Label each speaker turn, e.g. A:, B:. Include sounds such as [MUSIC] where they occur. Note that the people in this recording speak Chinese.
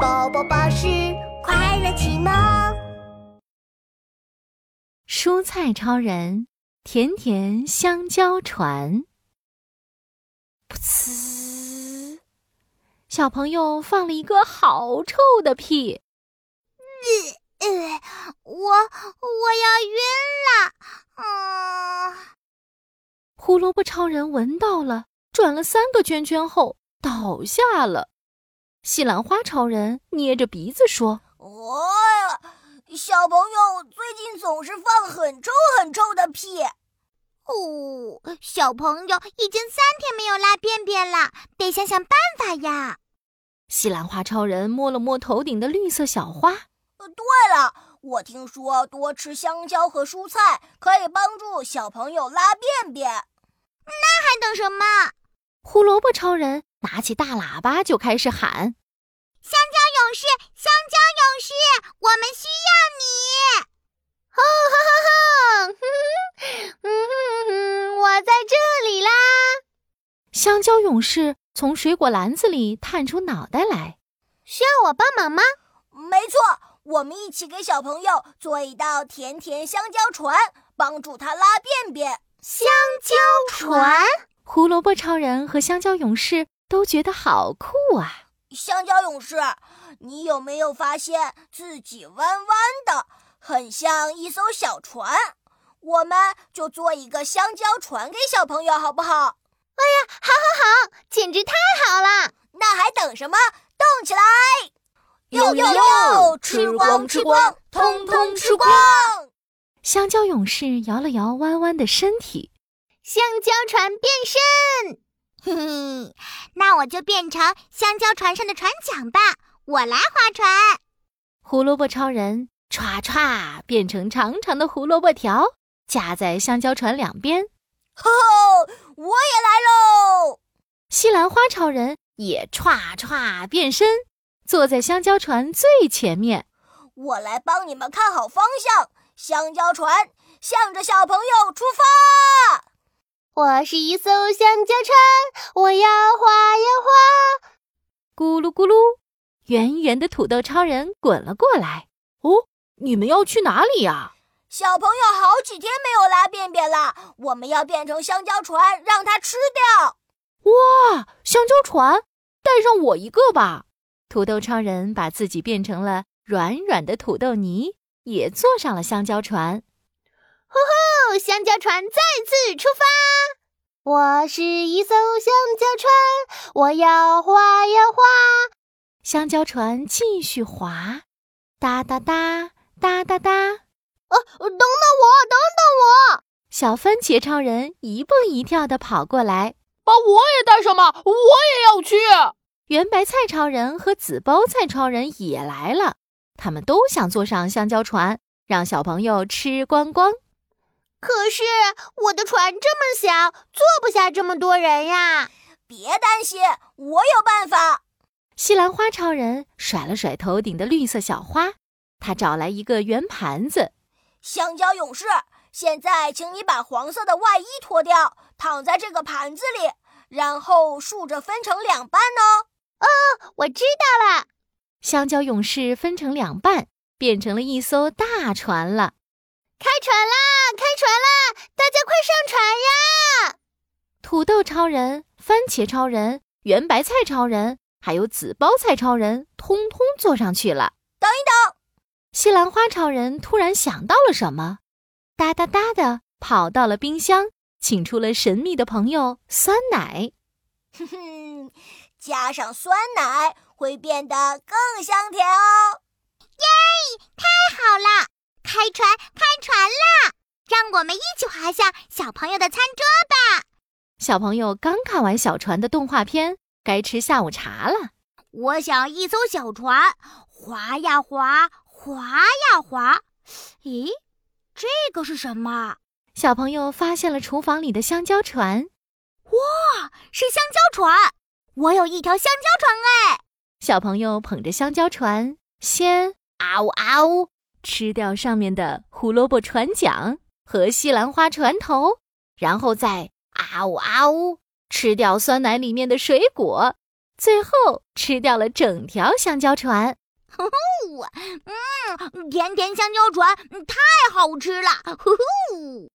A: 宝宝巴士快乐启蒙。
B: 蔬菜超人，甜甜香蕉船。噗呲！小朋友放了一个好臭的屁，
A: 呃，我我要晕了，嗯，
B: 胡萝卜超人闻到了，转了三个圈圈后倒下了。西兰花超人捏着鼻子说
C: 哦，小朋友最近总是放很臭很臭的屁，
A: 哦，小朋友已经三天没有拉便便了，得想想办法呀。：“
B: 西兰花超人摸了摸头顶的绿色小花，
C: 呃对了，我听说多吃香蕉和蔬菜可以帮助小朋友拉便便。
A: 还等什么？
B: 胡萝卜超人拿起大喇叭就开始喊。
A: 勇士，香蕉勇士，我们需要你！吼吼吼吼！嗯哼哼，我在这里啦！
B: 香蕉勇士从水果篮子里探出脑袋来。
A: 需要我帮忙吗？
C: 没错，我们一起给小朋友做一道甜甜香蕉船，帮助他拉便便。
A: 香蕉船，
B: 胡萝卜超人和香蕉勇士都觉得好酷啊！
C: 香蕉勇士，你有没有发现自己弯弯的，很像一艘小船？我们就做一个香蕉船给小朋友，好不好？
A: 简直太好了！
C: 那还等什么？动起来！
B: 呦呦
C: 呦，
B: 吃光吃光通通吃光！香蕉勇士摇了摇弯弯的身体，
A: 香蕉船变身，嘿嘿，那我就变成香蕉船上的船桨吧，我
B: [LAUGHS]
A: 来划船。
B: 胡萝卜超人歘歘变成长长的胡萝卜条，架在香蕉船两边。
C: 吼吼，我也来喽！
B: 西兰花超人也歘歘变身，坐在香蕉船最前面。
C: 我来帮你们看好方向。香蕉船向着小朋友出发。
A: 我是一艘香蕉船，我要划呀划。
B: 咕噜咕噜，圆圆的土豆超人滚了过来。哦，你们要去哪里呀、
C: 小朋友好几天没有拉便便了，我们要变成香蕉船，让它吃掉。
B: 啊，香蕉船，带上我一个吧。土豆超人把自己变成了软软的土豆泥，也坐上了香蕉船。
A: 哦，香蕉船再次出发。我是一艘香蕉船，我要划呀划。
B: 香蕉船继续滑，哒哒哒哒哒哒。
A: 等等我，等等我，
B: 小番茄超人一蹦一跳地跑过来，
D: 把我也带上吧，我也要去。
B: 圆白菜超人和紫包菜超人也来了，他们都想坐上香蕉船，让小朋友吃光光。
A: 可是我的船这么小，坐不下这么多人呀。
C: 别担心，我有办法。
B: 西兰花超人甩了甩头顶的绿色小花，他找来一个圆盘子，
C: 香蕉勇士，现在请你把黄色的外衣脱掉，躺在这个盘子里，然后竖着分成两半哦。
A: 我知道了。
B: 香蕉勇士分成两半，变成了一艘大船了。
A: 开船啦！开船啦！大家快上船呀！
B: 土豆超人、番茄超人、圆白菜超人，还有紫包菜超人，通通坐上去了。
C: 等一等，
B: 西兰花超人突然想到了什么，哒哒哒的跑到了冰箱，请出了神秘的朋友酸奶。
C: 哼哼，加上酸奶会变得更香甜哦。
A: 太好了！开船，开船啦！让我们一起划向小朋友的餐桌。
B: 小朋友刚看完小船的动画片，该吃下午茶了。
A: 我想一艘小船，划呀划，划啊呀划。咦，这个是什么？
B: 小朋友发现了厨房里的香蕉船，
A: 是香蕉船！我有一条香蕉船啊！
B: 小朋友捧着香蕉船，先啊呜啊呜吃掉上面的胡萝卜船桨和西兰花船头，然后再啊呜啊呜吃掉酸奶里面的水果，最后吃掉了整条香蕉船。
A: 嗯，甜甜香蕉船嗯太好吃了，呼呼。 [LAUGHS]